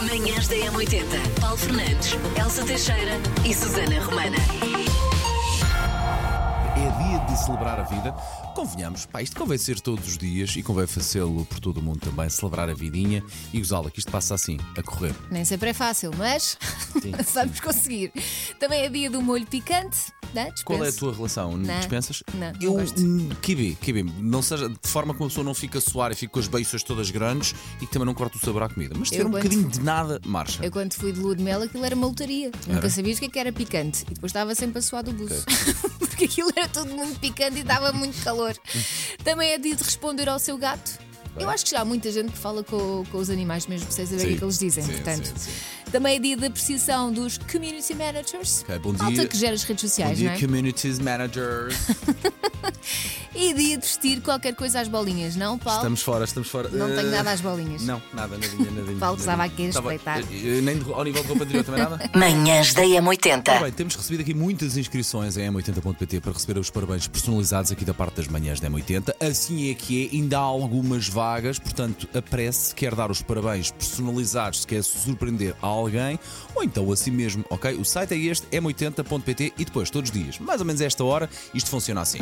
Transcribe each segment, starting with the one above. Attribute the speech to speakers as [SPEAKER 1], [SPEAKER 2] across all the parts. [SPEAKER 1] Manhãs da M80. Paulo Fernandes, Elsa Teixeira e Susana Romana.
[SPEAKER 2] É dia de celebrar a vida. Convenhamos, pá, isto convém ser todos os dias e convém fazê-lo por todo o mundo também. Celebrar a vidinha e gozá-la, que isto passa assim, a correr.
[SPEAKER 3] Nem sempre é fácil, mas vamos conseguir. Também é dia do molho picante, né? Dispenso.
[SPEAKER 2] Qual é a tua relação? Não.
[SPEAKER 3] Não.
[SPEAKER 2] Dispensas?
[SPEAKER 3] Não, não
[SPEAKER 2] Eu,
[SPEAKER 3] gosto.
[SPEAKER 2] hum, kiwi, kiwi. Não seja, de forma que uma pessoa não fica a suar e fica com as beiças todas grandes e que também não corta o sabor à comida. Mas se
[SPEAKER 3] Eu
[SPEAKER 2] tiver um
[SPEAKER 3] quando-
[SPEAKER 2] bocadinho de nada, marcha.
[SPEAKER 3] Eu quando fui de lua de mel aquilo era uma lotaria. Tu
[SPEAKER 2] Era?
[SPEAKER 3] Nunca sabias o que, é que era picante. E depois estava sempre a suar do buço. Porque aquilo era tudo muito picante e dava muito calor. Também é dia de responder ao seu gato. Eu acho que já há muita gente que fala com, com os animais mesmo, sem saber o que é que eles dizem,
[SPEAKER 2] Sim,
[SPEAKER 3] portanto.
[SPEAKER 2] sim, sim.
[SPEAKER 3] Também é dia de apreciação dos community managers.
[SPEAKER 2] Ok, bom
[SPEAKER 3] Malta
[SPEAKER 2] dia.
[SPEAKER 3] que gera as redes
[SPEAKER 2] Bom
[SPEAKER 3] sociais,
[SPEAKER 2] dia,
[SPEAKER 3] não é?
[SPEAKER 2] communities managers.
[SPEAKER 3] E dia de vestir qualquer coisa às bolinhas, não, Paulo?
[SPEAKER 2] Estamos fora, estamos fora.
[SPEAKER 3] Não
[SPEAKER 2] Eh,
[SPEAKER 3] tenho nada às bolinhas.
[SPEAKER 2] Não, nada, nadinha, nadinha.
[SPEAKER 3] Paulo precisava
[SPEAKER 2] nadinha.
[SPEAKER 3] aqui
[SPEAKER 2] Estava-
[SPEAKER 3] respeitar.
[SPEAKER 2] eh, eh, Nem de- ao nível de roupa interior também nada?
[SPEAKER 1] Manhãs da
[SPEAKER 2] Ora
[SPEAKER 1] M80.
[SPEAKER 2] bem, temos recebido aqui muitas inscrições em m80.pt para receber os parabéns personalizados aqui da parte das manhãs da M80. Assim é que é, ainda há algumas vagas, portanto, apresse se quer dar os parabéns personalizados, se quer surpreender a alguém ou então a si mesmo, ok? O site é este, m80.pt e depois, todos os dias, mais ou menos a esta hora, isto funciona assim.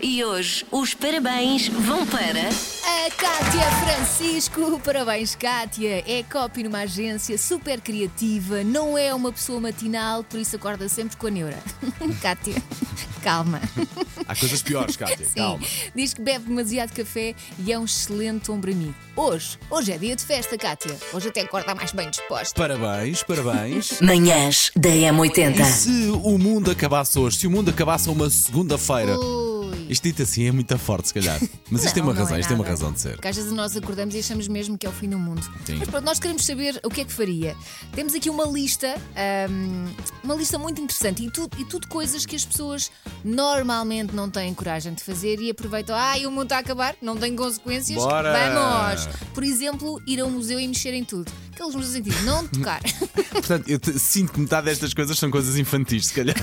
[SPEAKER 1] E hoje os parabéns vão para.
[SPEAKER 3] A Cátia Francisco, parabéns Cátia, é copy numa agência super criativa, não é uma pessoa matinal, por isso acorda sempre com a neura. Cátia, calma.
[SPEAKER 2] Há coisas piores, Cátia,
[SPEAKER 3] Sim,
[SPEAKER 2] calma.
[SPEAKER 3] diz que bebe demasiado café e é um excelente ombro amigo. Hoje, hoje é dia de festa, Cátia. Hoje até acorda mais bem disposta.
[SPEAKER 2] Parabéns, parabéns.
[SPEAKER 1] Manhãs da
[SPEAKER 2] E
[SPEAKER 1] M80.
[SPEAKER 2] se o mundo acabasse hoje, se o mundo acabasse a uma segunda-feira,
[SPEAKER 3] Ui.
[SPEAKER 2] isto dito assim é muito forte, se calhar. Mas isto tem
[SPEAKER 3] Não,
[SPEAKER 2] uma
[SPEAKER 3] não
[SPEAKER 2] razão,
[SPEAKER 3] é
[SPEAKER 2] isto tem uma
[SPEAKER 3] nada.
[SPEAKER 2] razão de ser.
[SPEAKER 3] Porque às vezes nós acordamos e achamos mesmo que é o fim do mundo.
[SPEAKER 2] Sim.
[SPEAKER 3] Mas pronto, nós queremos saber o que é que faria. Temos aqui uma lista, hum, uma lista muito interessante e tudo, e tudo coisas que as pessoas normalmente não têm coragem de fazer e aproveitam. Ah, o mundo está a acabar, não tem consequências.
[SPEAKER 2] Bora!
[SPEAKER 3] Vamos! Por exemplo, ir a um museu e mexer em tudo. Aqueles museus em que não tocar.
[SPEAKER 2] Portanto, eu te- sinto que metade destas coisas são coisas infantis, se calhar.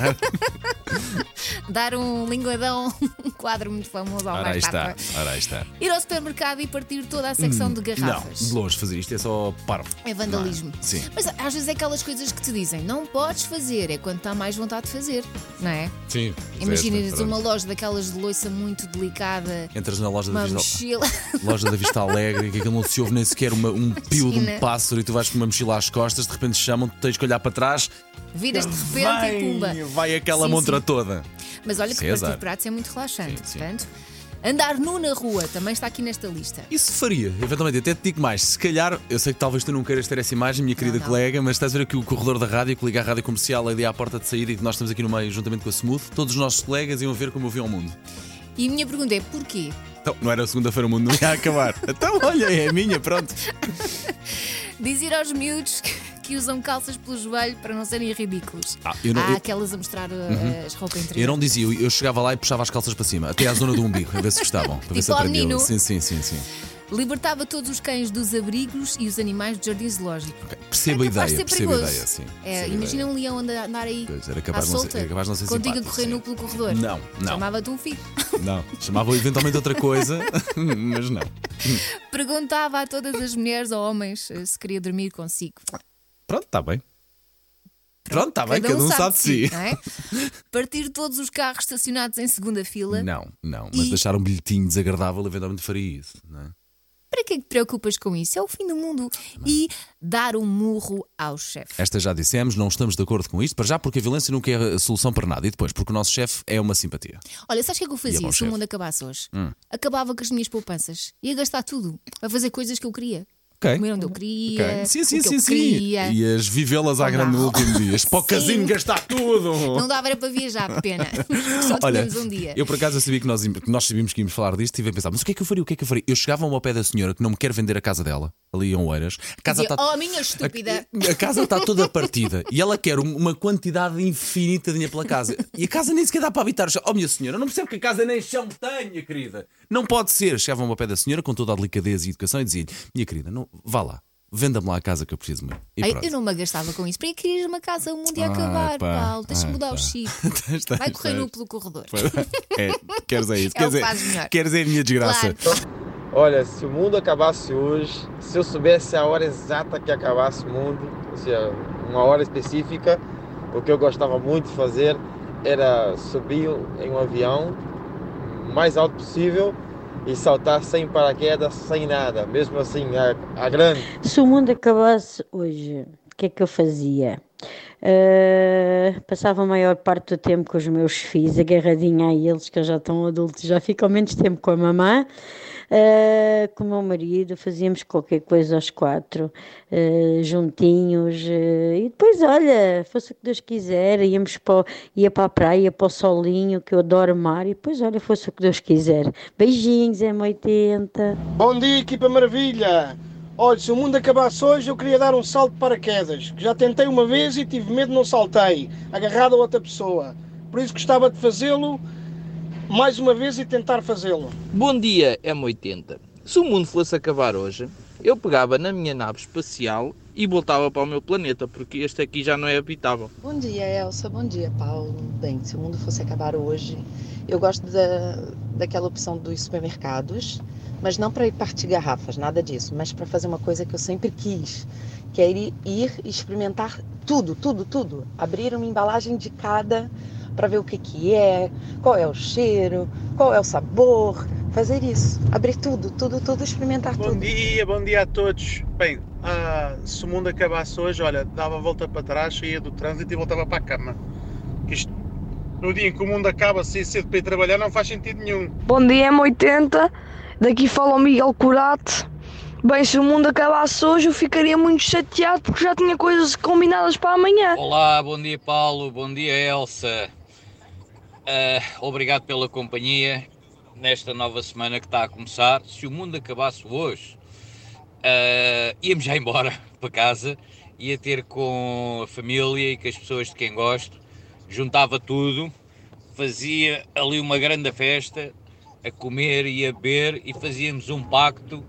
[SPEAKER 3] Dar um linguadão, um quadro muito famoso ao
[SPEAKER 2] Ora aí
[SPEAKER 3] mais
[SPEAKER 2] está,
[SPEAKER 3] tarde.
[SPEAKER 2] ora aí está.
[SPEAKER 3] Ir ao supermercado e partir toda a secção de
[SPEAKER 2] Não,
[SPEAKER 3] garrafas.
[SPEAKER 2] de longe fazer isto é só parvo.
[SPEAKER 3] É vandalismo.
[SPEAKER 2] Não é? Sim.
[SPEAKER 3] Mas às vezes é aquelas coisas que te dizem, não podes fazer, é quando está mais vontade de fazer, não é?
[SPEAKER 2] Sim. é
[SPEAKER 3] Imaginas uma loja daquelas de louça muito delicada,
[SPEAKER 2] Entras na loja da
[SPEAKER 3] uma
[SPEAKER 2] Vista,
[SPEAKER 3] mochila.
[SPEAKER 2] loja da Vista Alegre, que aquilo não se ouve nem sequer uma- um pio de um
[SPEAKER 3] Imagina.
[SPEAKER 2] pássaro e tu vais com uma mochila às costas, de repente chamam, tu tens que olhar para trás,
[SPEAKER 3] Viras de repente e pumba.
[SPEAKER 2] vai, vai aquela
[SPEAKER 3] Sim,
[SPEAKER 2] montra
[SPEAKER 3] sim.
[SPEAKER 2] toda.
[SPEAKER 3] Mas olha que
[SPEAKER 2] César.
[SPEAKER 3] partir pratos é muito relaxante.
[SPEAKER 2] Sim, sim.
[SPEAKER 3] Portanto, andar nu na rua também está aqui nesta lista.
[SPEAKER 2] Isso faria, eventualmente, até te digo mais. Se calhar, eu sei que talvez tu não queiras ter essa imagem, minha querida
[SPEAKER 3] não.
[SPEAKER 2] colega, mas estás a ver aqui o corredor da rádio, que liga a rádio comercial ali à porta de saída e que nós estamos aqui no meio, juntamente com a Smooth, todos os nossos colegas iam ver como eu vi ao mundo.
[SPEAKER 3] E a minha pergunta é porquê?
[SPEAKER 2] Então, não era segunda-feira o mundo não ia acabar. Então, olha, é a minha, pronto.
[SPEAKER 3] Dizer aos miúdos que- que usam calças pelo joelho para não serem ridículos.
[SPEAKER 2] Ah, eu não-
[SPEAKER 3] Há
[SPEAKER 2] eu- Uhum.
[SPEAKER 3] aquelas a mostrar uh, as roupas
[SPEAKER 2] Eu
[SPEAKER 3] interior.
[SPEAKER 2] não dizia, eu- eu chegava lá e puxava as calças para cima, até à zona do umbigo, a ver se gostavam. Para ver se
[SPEAKER 3] Tipo ao
[SPEAKER 2] aprendiam.
[SPEAKER 3] menino.
[SPEAKER 2] Sim, sim, sim, sim.
[SPEAKER 3] Libertava todos os cães dos abrigos e os animais do jardim zoológico.
[SPEAKER 2] Ok, Percebo a
[SPEAKER 3] É capaz de
[SPEAKER 2] ideia,
[SPEAKER 3] ser
[SPEAKER 2] percebo a
[SPEAKER 3] perigoso.
[SPEAKER 2] ideia, sim.
[SPEAKER 3] É,
[SPEAKER 2] percebo a
[SPEAKER 3] imagina
[SPEAKER 2] ideia.
[SPEAKER 3] um leão andar, andar aí.
[SPEAKER 2] Pois, era capaz
[SPEAKER 3] à
[SPEAKER 2] de não ser-
[SPEAKER 3] solta,
[SPEAKER 2] era capaz de não ser
[SPEAKER 3] Contigo a
[SPEAKER 2] simpático,
[SPEAKER 3] correr
[SPEAKER 2] sim.
[SPEAKER 3] nu pelo corredor.
[SPEAKER 2] Não, não.
[SPEAKER 3] Chamava-te um filho.
[SPEAKER 2] Não, chamava eventualmente outra coisa, mas não.
[SPEAKER 3] Perguntava a todas as mulheres ou homens eh, se queria dormir consigo.
[SPEAKER 2] Pronto, está bem. Pronto, está bem, cada um, sabe de si.
[SPEAKER 3] não é? Partir todos os carros estacionados em segunda fila.
[SPEAKER 2] Não, não, mas
[SPEAKER 3] E-
[SPEAKER 2] deixar um bilhetinho desagradável eventualmente faria isso, não é?
[SPEAKER 3] Para que é que te preocupas com isso? É o fim do mundo. E dar um murro ao chefe.
[SPEAKER 2] Esta já dissemos, não estamos de acordo com isto, para já porque a violência nunca é a solução para nada e depois porque o nosso chefe é uma simpatia.
[SPEAKER 3] Olha, sabes o que é que eu
[SPEAKER 2] E é bom
[SPEAKER 3] fazia se o
[SPEAKER 2] chefe. Hum.
[SPEAKER 3] mundo acabasse hoje? Acabava com as minhas poupanças. Ia gastar tudo. A fazer coisas que eu queria.
[SPEAKER 2] Ok.
[SPEAKER 3] Comer onde eu
[SPEAKER 2] Ok.
[SPEAKER 3] queria.
[SPEAKER 2] Sim, sim,
[SPEAKER 3] é o que
[SPEAKER 2] sim,
[SPEAKER 3] eu
[SPEAKER 2] sim.
[SPEAKER 3] queria.
[SPEAKER 2] E as vivê-las à
[SPEAKER 3] Não
[SPEAKER 2] grande
[SPEAKER 3] dá.
[SPEAKER 2] no último dia. Para o
[SPEAKER 3] Sim.
[SPEAKER 2] casino gastar tudo!
[SPEAKER 3] Não dava era para viajar, pena. Só
[SPEAKER 2] Olha,
[SPEAKER 3] tínhamos um dia.
[SPEAKER 2] eu por acaso eu sabia que nós, que nós sabíamos que íamos falar disto e estive a pensar, mas o que é que eu faria? O que é que eu faria? Eu chegava ao pé da senhora que não me quer vender a casa dela, ali em Oeiras. A casa
[SPEAKER 3] Dizia,
[SPEAKER 2] está
[SPEAKER 3] oh, minha estúpida.
[SPEAKER 2] A, a casa está toda partida e ela quer um- uma quantidade infinita de dinheiro pela casa. E a casa nem sequer dá para habitar. Oh, minha senhora, não percebo que a casa nem chão tem, minha querida. Não pode ser. Chegavam ao pé da senhora com toda a delicadeza e educação e dizia-lhe: Minha querida, não, vá lá, venda-me lá a casa que eu preciso muito. E
[SPEAKER 3] Ai,
[SPEAKER 2] pronto.
[SPEAKER 3] eu não me gastava com isso. Para que querias uma casa? O mundo ia
[SPEAKER 2] Ah,
[SPEAKER 3] acabar,
[SPEAKER 2] pá.
[SPEAKER 3] Paulo. Tens de
[SPEAKER 2] Ah,
[SPEAKER 3] mudar
[SPEAKER 2] pá.
[SPEAKER 3] o chip.
[SPEAKER 2] Tens, tens,
[SPEAKER 3] Vai correr
[SPEAKER 2] tens.
[SPEAKER 3] nu pelo corredor.
[SPEAKER 2] É, queres é isso.
[SPEAKER 3] É o
[SPEAKER 2] Queres
[SPEAKER 3] que
[SPEAKER 2] é,
[SPEAKER 3] faz melhor.
[SPEAKER 2] queres é a minha desgraça.
[SPEAKER 3] Claro.
[SPEAKER 4] Olha, se o mundo acabasse hoje, se eu soubesse a hora exata que acabasse o mundo, ou seja, uma hora específica, o que eu gostava muito de fazer era subir em um avião o mais alto possível e saltar sem paraquedas, sem nada, mesmo assim, a, a grande.
[SPEAKER 5] Se o mundo acabasse hoje, o que é que eu fazia? Uh, passava a maior parte do tempo com os meus filhos, agarradinha a eles, que já estão adultos, já ficam menos tempo com a mamã. Uh, com o meu marido, fazíamos qualquer coisa aos quatro, uh, juntinhos, uh, e depois, olha, fosse o que Deus quiser, íamos para, o- ia para a praia, para o solinho, que eu adoro mar, e depois, olha, fosse o que Deus quiser. Beijinhos, M80.
[SPEAKER 6] Bom dia, equipa maravilha! Olha, se o mundo acabasse hoje, eu queria dar um salto de paraquedas, que já tentei uma vez e tive medo, não saltei, agarrado a outra pessoa. Por isso gostava de fazê-lo mais uma vez e tentar fazê-lo.
[SPEAKER 7] Bom dia, M80. Se o mundo fosse acabar hoje, eu pegava na minha nave espacial e voltava para o meu planeta, porque este aqui já não é habitável.
[SPEAKER 8] Bom dia, Elsa. Bom dia, Paulo. Bem, se o mundo fosse acabar hoje, eu gosto da, daquela opção dos supermercados, mas não para ir partir garrafas, nada disso, mas para fazer uma coisa que eu sempre quis, que é ir, ir experimentar tudo, tudo, tudo. Abrir uma embalagem de cada para ver o que, que é, qual é o cheiro, qual é o sabor. Fazer isso, abrir tudo, tudo, tudo, experimentar
[SPEAKER 9] Bom
[SPEAKER 8] tudo.
[SPEAKER 9] dia, bom dia a todos. Bem, ah, se o mundo acabasse hoje, olha, dava a volta para trás, saía do trânsito e voltava para a cama. Que isto, no dia em que o mundo acaba sem cedo para ir trabalhar, não faz sentido nenhum.
[SPEAKER 10] Bom dia, M80. Daqui fala o Miguel Curate. Bem, se o mundo acabasse hoje, eu ficaria muito chateado porque já tinha coisas combinadas para amanhã.
[SPEAKER 11] Olá, bom dia Paulo, bom dia Elsa. Ah, obrigado pela companhia nesta nova semana que está a começar. Se o mundo acabasse hoje, ah, íamos já embora para casa, ia ter com a família e com as pessoas de quem gosto, juntava tudo, fazia ali uma grande festa, a comer e a beber e fazíamos um pacto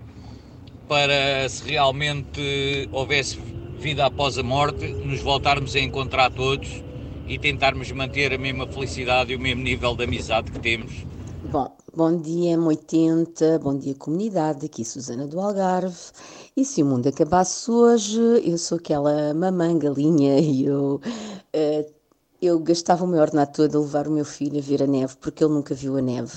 [SPEAKER 11] para se realmente houvesse vida após a morte, nos voltarmos a encontrar todos e tentarmos manter a mesma felicidade e o mesmo nível de amizade que temos.
[SPEAKER 12] Bom, bom dia M80, bom dia comunidade, aqui Susana do Algarve. E se o mundo acabasse hoje, eu sou aquela mamã galinha e eu, eh, eu gastava o meu ordenado todo a levar o meu filho a ver a neve, porque ele nunca viu a neve.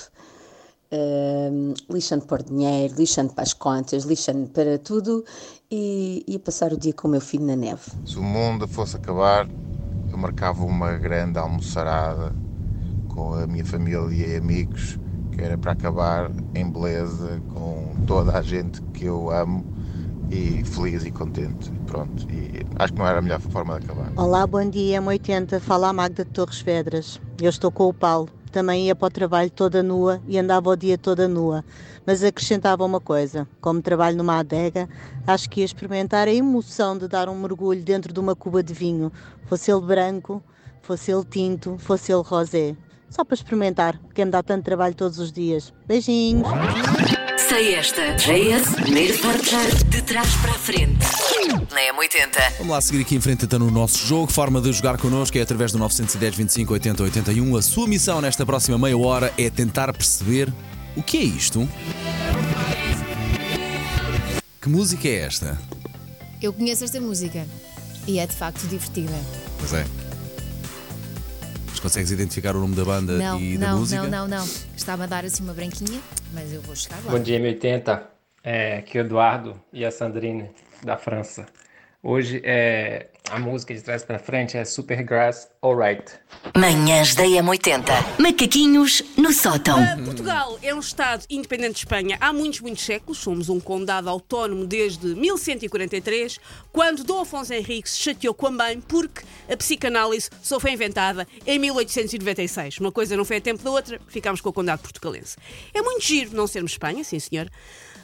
[SPEAKER 12] Ahm, lixando por dinheiro, lixando para as contas, lixando para tudo e ia passar o dia com o meu filho na neve.
[SPEAKER 13] Se o mundo fosse acabar, eu marcava uma grande almoçarada com a minha família e amigos, que era para acabar em beleza com toda a gente que eu amo e feliz e contente. Pronto, e acho que não era a melhor forma de acabar.
[SPEAKER 14] Olá, bom dia, M80. Fala a Magda de Torres Vedras. Eu estou com o Paulo. Também ia para o trabalho toda nua e andava o dia toda nua. Mas acrescentava uma coisa: como trabalho numa adega, acho que ia experimentar a emoção de dar um mergulho dentro de uma cuba de vinho, fosse ele branco, fosse ele tinto, fosse ele rosé. Só para experimentar, porque é me dá tanto trabalho todos os dias. Beijinhos!
[SPEAKER 1] Sei esta. JS, primeiro forte de trás para a frente. Na M80.
[SPEAKER 2] Vamos lá seguir aqui em frente então no nosso jogo. Forma de jogar connosco é através do 910 25 80 81. A sua missão nesta próxima meia hora é tentar perceber o que é isto. Que música é esta?
[SPEAKER 3] Eu conheço esta música e é de facto divertida.
[SPEAKER 2] Pois é. Mas consegues identificar o nome da banda
[SPEAKER 3] não,
[SPEAKER 2] e da
[SPEAKER 3] não,
[SPEAKER 2] música?
[SPEAKER 3] não, não, não. Estava a dar assim uma branquinha, mas eu vou chegar lá.
[SPEAKER 15] Bom dia, M80. É, aqui é o Eduardo e a Sandrine, da França. Hoje é, a música de trás pra frente é Supergrass Alright.
[SPEAKER 1] Manhãs da M80. Macaquinhos no sótão.
[SPEAKER 16] Ah, Portugal é um Estado independente de Espanha há muitos, muitos séculos. Somos um condado autónomo desde 1143, quando Dom Afonso Henrique se chateou com a mãe porque a psicanálise só foi inventada em 1896. Uma coisa não foi a tempo da outra, ficámos com o condado portugalense. É muito giro não sermos Espanha, sim senhor,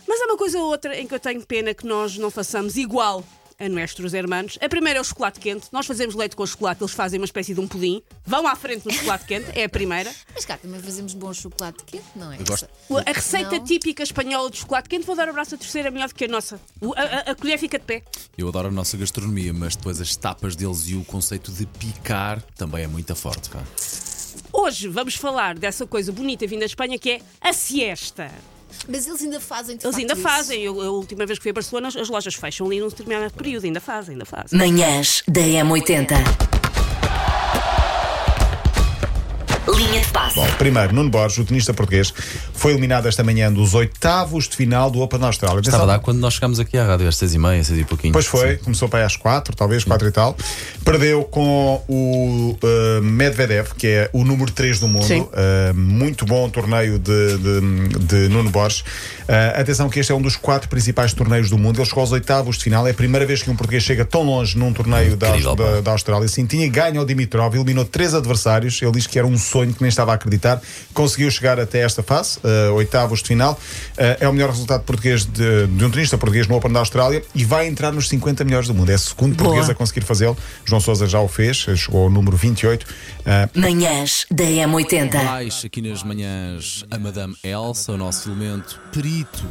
[SPEAKER 16] mas há uma coisa ou outra em que eu tenho pena que nós não façamos igual a nossos irmãos. A primeira é o chocolate quente. Nós fazemos leite com chocolate, eles fazem uma espécie de um pudim. Vão à frente no chocolate quente, é a primeira.
[SPEAKER 3] Mas cá também fazemos bom chocolate quente, não é?
[SPEAKER 16] Eu gosto. A receita é tipo-
[SPEAKER 3] Não.
[SPEAKER 16] típica espanhola de chocolate quente, vou dar o braço a terceira, é melhor do que a nossa. O- A, a- a colher fica de pé.
[SPEAKER 2] Eu adoro a nossa gastronomia, mas depois as tapas deles e o conceito de picar também é muito forte. pá.
[SPEAKER 16] Hoje vamos falar dessa coisa bonita vinda da Espanha que é a siesta.
[SPEAKER 3] Mas eles ainda fazem, de
[SPEAKER 16] Eles
[SPEAKER 3] facto,
[SPEAKER 16] ainda
[SPEAKER 3] isso.
[SPEAKER 16] fazem. Eu, eu, a última vez que fui a Barcelona, as- as lojas fecham ali num determinado período. Ainda fazem, ainda fazem.
[SPEAKER 1] Manhãs da M80. Linha de passe.
[SPEAKER 17] Bom, primeiro, Nuno Borges, o tenista português, foi eliminado esta manhã dos oitavos de final do Open da Austrália.
[SPEAKER 2] Estava a
[SPEAKER 17] Atenção,
[SPEAKER 2] dar quando nós chegámos aqui à rádio, às seis e meia, seis e pouquinho.
[SPEAKER 17] Pois foi, começou para aí às 4, talvez 4 e tal. Perdeu com o eh, Medvedev, que é o número 3 do mundo.
[SPEAKER 18] Sim.
[SPEAKER 17] Eh, muito bom torneio de, de- de Nuno Borges. Eh, atenção que este é um dos quatro principais torneios do mundo. Ele chegou aos oitavos de final. É a primeira vez que um português chega tão longe num torneio da, da, da Austrália. Sim, tinha ganho ao Dimitrov, eliminou três adversários. Ele diz que era um sonho que nem estava a acreditar. Conseguiu chegar até esta fase, eh, oitavos de final. Eh, é o melhor resultado português de, de um tenista português no Open da Austrália e vai entrar nos 50 melhores do mundo. É o segundo
[SPEAKER 1] Boa.
[SPEAKER 17] português a conseguir fazê-lo. João Sousa já o fez, eh, chegou ao número 28. Eh,
[SPEAKER 1] Manhãs da M80.
[SPEAKER 2] Mais aqui nas manhãs a Madame Elsa, o nosso elemento perito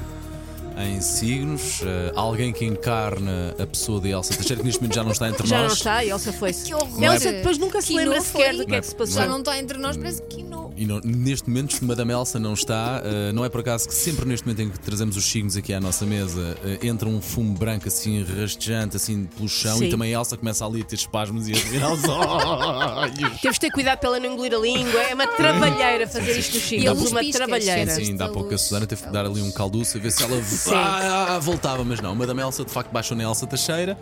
[SPEAKER 2] em signos, eh, alguém que encarna a pessoa de Elsa Teixeira, que neste momento já não está entre
[SPEAKER 16] Já não
[SPEAKER 2] nós.
[SPEAKER 16] está, e Elsa foi-se.
[SPEAKER 3] Que horror.
[SPEAKER 16] Elsa depois nunca se
[SPEAKER 3] Quino
[SPEAKER 16] lembra
[SPEAKER 3] foi.
[SPEAKER 16] sequer do que é que se passou.
[SPEAKER 3] Já não está entre nós, parece que não.
[SPEAKER 2] E não- neste momento, Madame Elsa não está. eh, não é por acaso que sempre neste momento em que trazemos os signos aqui à nossa mesa eh, entra um fumo branco assim rastejante, assim pelo chão,
[SPEAKER 16] Sim.
[SPEAKER 2] e também a Elsa começa ali a ter espasmos e a virar os olhos.
[SPEAKER 16] Temos de ter cuidado para ela não engolir a língua. É uma trabalheira fazer isto no Chile.
[SPEAKER 2] Ainda há pouco-
[SPEAKER 16] Uma trabalheira.
[SPEAKER 2] Sim, sim, ainda há pouco a Susana teve que dar ali um calduço a ver se ela
[SPEAKER 16] Sim.
[SPEAKER 2] ah, ah, voltava, mas não. Madame Elsa de facto baixou na Elsa Teixeira.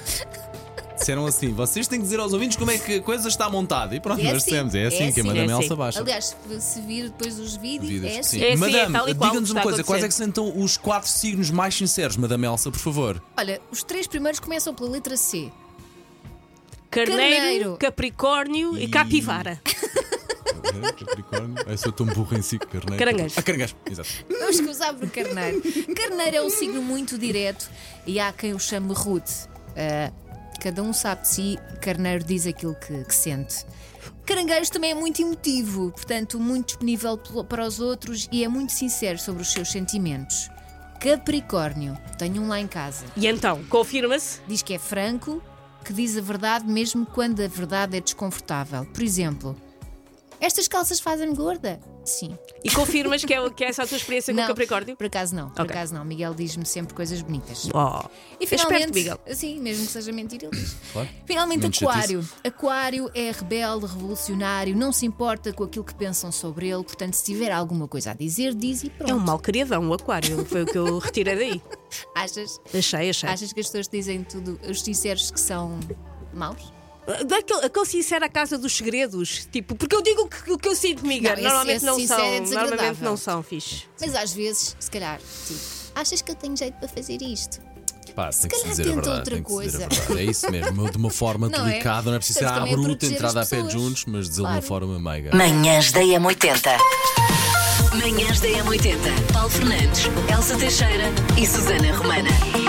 [SPEAKER 2] Disseram assim: vocês têm que dizer aos ouvintes como é que a coisa está montada. E pronto,
[SPEAKER 3] E é
[SPEAKER 2] nós
[SPEAKER 3] assim,
[SPEAKER 2] dissemos: é assim que a Madame Elsa baixa.
[SPEAKER 3] Aliás, se vir depois os vídeos,
[SPEAKER 2] Vidas,
[SPEAKER 3] é assim.
[SPEAKER 2] sim. Madame, diga-nos uma coisa: quais é que são então os quatro signos mais sinceros, Madame Elsa, por favor?
[SPEAKER 3] Olha, os três primeiros começam pela letra C.
[SPEAKER 16] Carneiro, Capricórnio e Capivara.
[SPEAKER 2] Eu sou tão burro em si, carneiro.
[SPEAKER 16] Caranguejo.
[SPEAKER 2] Ah, caranguejo, exato.
[SPEAKER 3] Vamos começar por carneiro. Carneiro é um signo muito direto e há quem o chame rude. Ah, cada um sabe de si, carneiro diz aquilo que, que sente. Caranguejo também é muito emotivo, portanto, muito disponível pelo- para os outros e é muito sincero sobre os seus sentimentos. Capricórnio, tenho um lá em casa.
[SPEAKER 16] E então, confirma-se?
[SPEAKER 3] Diz que é franco, que diz a verdade mesmo quando a verdade é desconfortável. Por exemplo, estas calças fazem-me gorda? Sim.
[SPEAKER 16] E confirmas que é, que é essa a tua experiência com o Capricórnio?
[SPEAKER 3] Por acaso não, por
[SPEAKER 16] Ok.
[SPEAKER 3] acaso não. Miguel diz-me sempre coisas bonitas.
[SPEAKER 16] Oh,
[SPEAKER 3] E
[SPEAKER 16] é esperto,
[SPEAKER 3] finalmente,
[SPEAKER 16] Miguel.
[SPEAKER 3] assim, mesmo que seja mentira, ele diz.
[SPEAKER 2] Claro.
[SPEAKER 3] Finalmente,
[SPEAKER 2] Menos
[SPEAKER 3] Aquário.
[SPEAKER 2] chatice.
[SPEAKER 3] Aquário é rebelde, revolucionário, não se importa com aquilo que pensam sobre ele, portanto, se tiver alguma coisa a dizer, diz e pronto.
[SPEAKER 16] É um mal criadão, o Aquário. Foi o que eu retirei daí.
[SPEAKER 3] Achas?
[SPEAKER 16] Achei, achei.
[SPEAKER 3] Achas que as pessoas dizem tudo, os sinceros que são maus?
[SPEAKER 16] Daquele, aquele sincero à casa dos segredos, tipo, porque eu digo o que, o que eu sinto, amiga.
[SPEAKER 3] Não, esse-
[SPEAKER 16] normalmente
[SPEAKER 3] esse
[SPEAKER 16] não
[SPEAKER 3] sincero
[SPEAKER 16] são.
[SPEAKER 3] é desagradável.
[SPEAKER 16] normalmente não são, fixe.
[SPEAKER 3] Mas às vezes, se calhar, tipo, achas que eu tenho jeito para fazer isto?
[SPEAKER 2] Pá, tem que se
[SPEAKER 3] calhar
[SPEAKER 2] dizer a
[SPEAKER 3] tenta
[SPEAKER 2] verdade.
[SPEAKER 3] outra
[SPEAKER 2] tem que se dizer a
[SPEAKER 3] coisa.
[SPEAKER 2] verdade. É isso mesmo, de uma forma
[SPEAKER 3] Não é?
[SPEAKER 2] delicada, não é preciso ser
[SPEAKER 3] Portanto,
[SPEAKER 2] à
[SPEAKER 3] também é
[SPEAKER 2] bruta,
[SPEAKER 3] proteger
[SPEAKER 2] entrada a
[SPEAKER 3] as
[SPEAKER 2] pé
[SPEAKER 3] pessoas.
[SPEAKER 2] juntos, mas dizê-lo de uma
[SPEAKER 3] Claro.
[SPEAKER 2] forma meiga.
[SPEAKER 1] Manhãs da M80. Manhãs da M80. Paulo Fernandes, Elsa Teixeira e Susana Romana.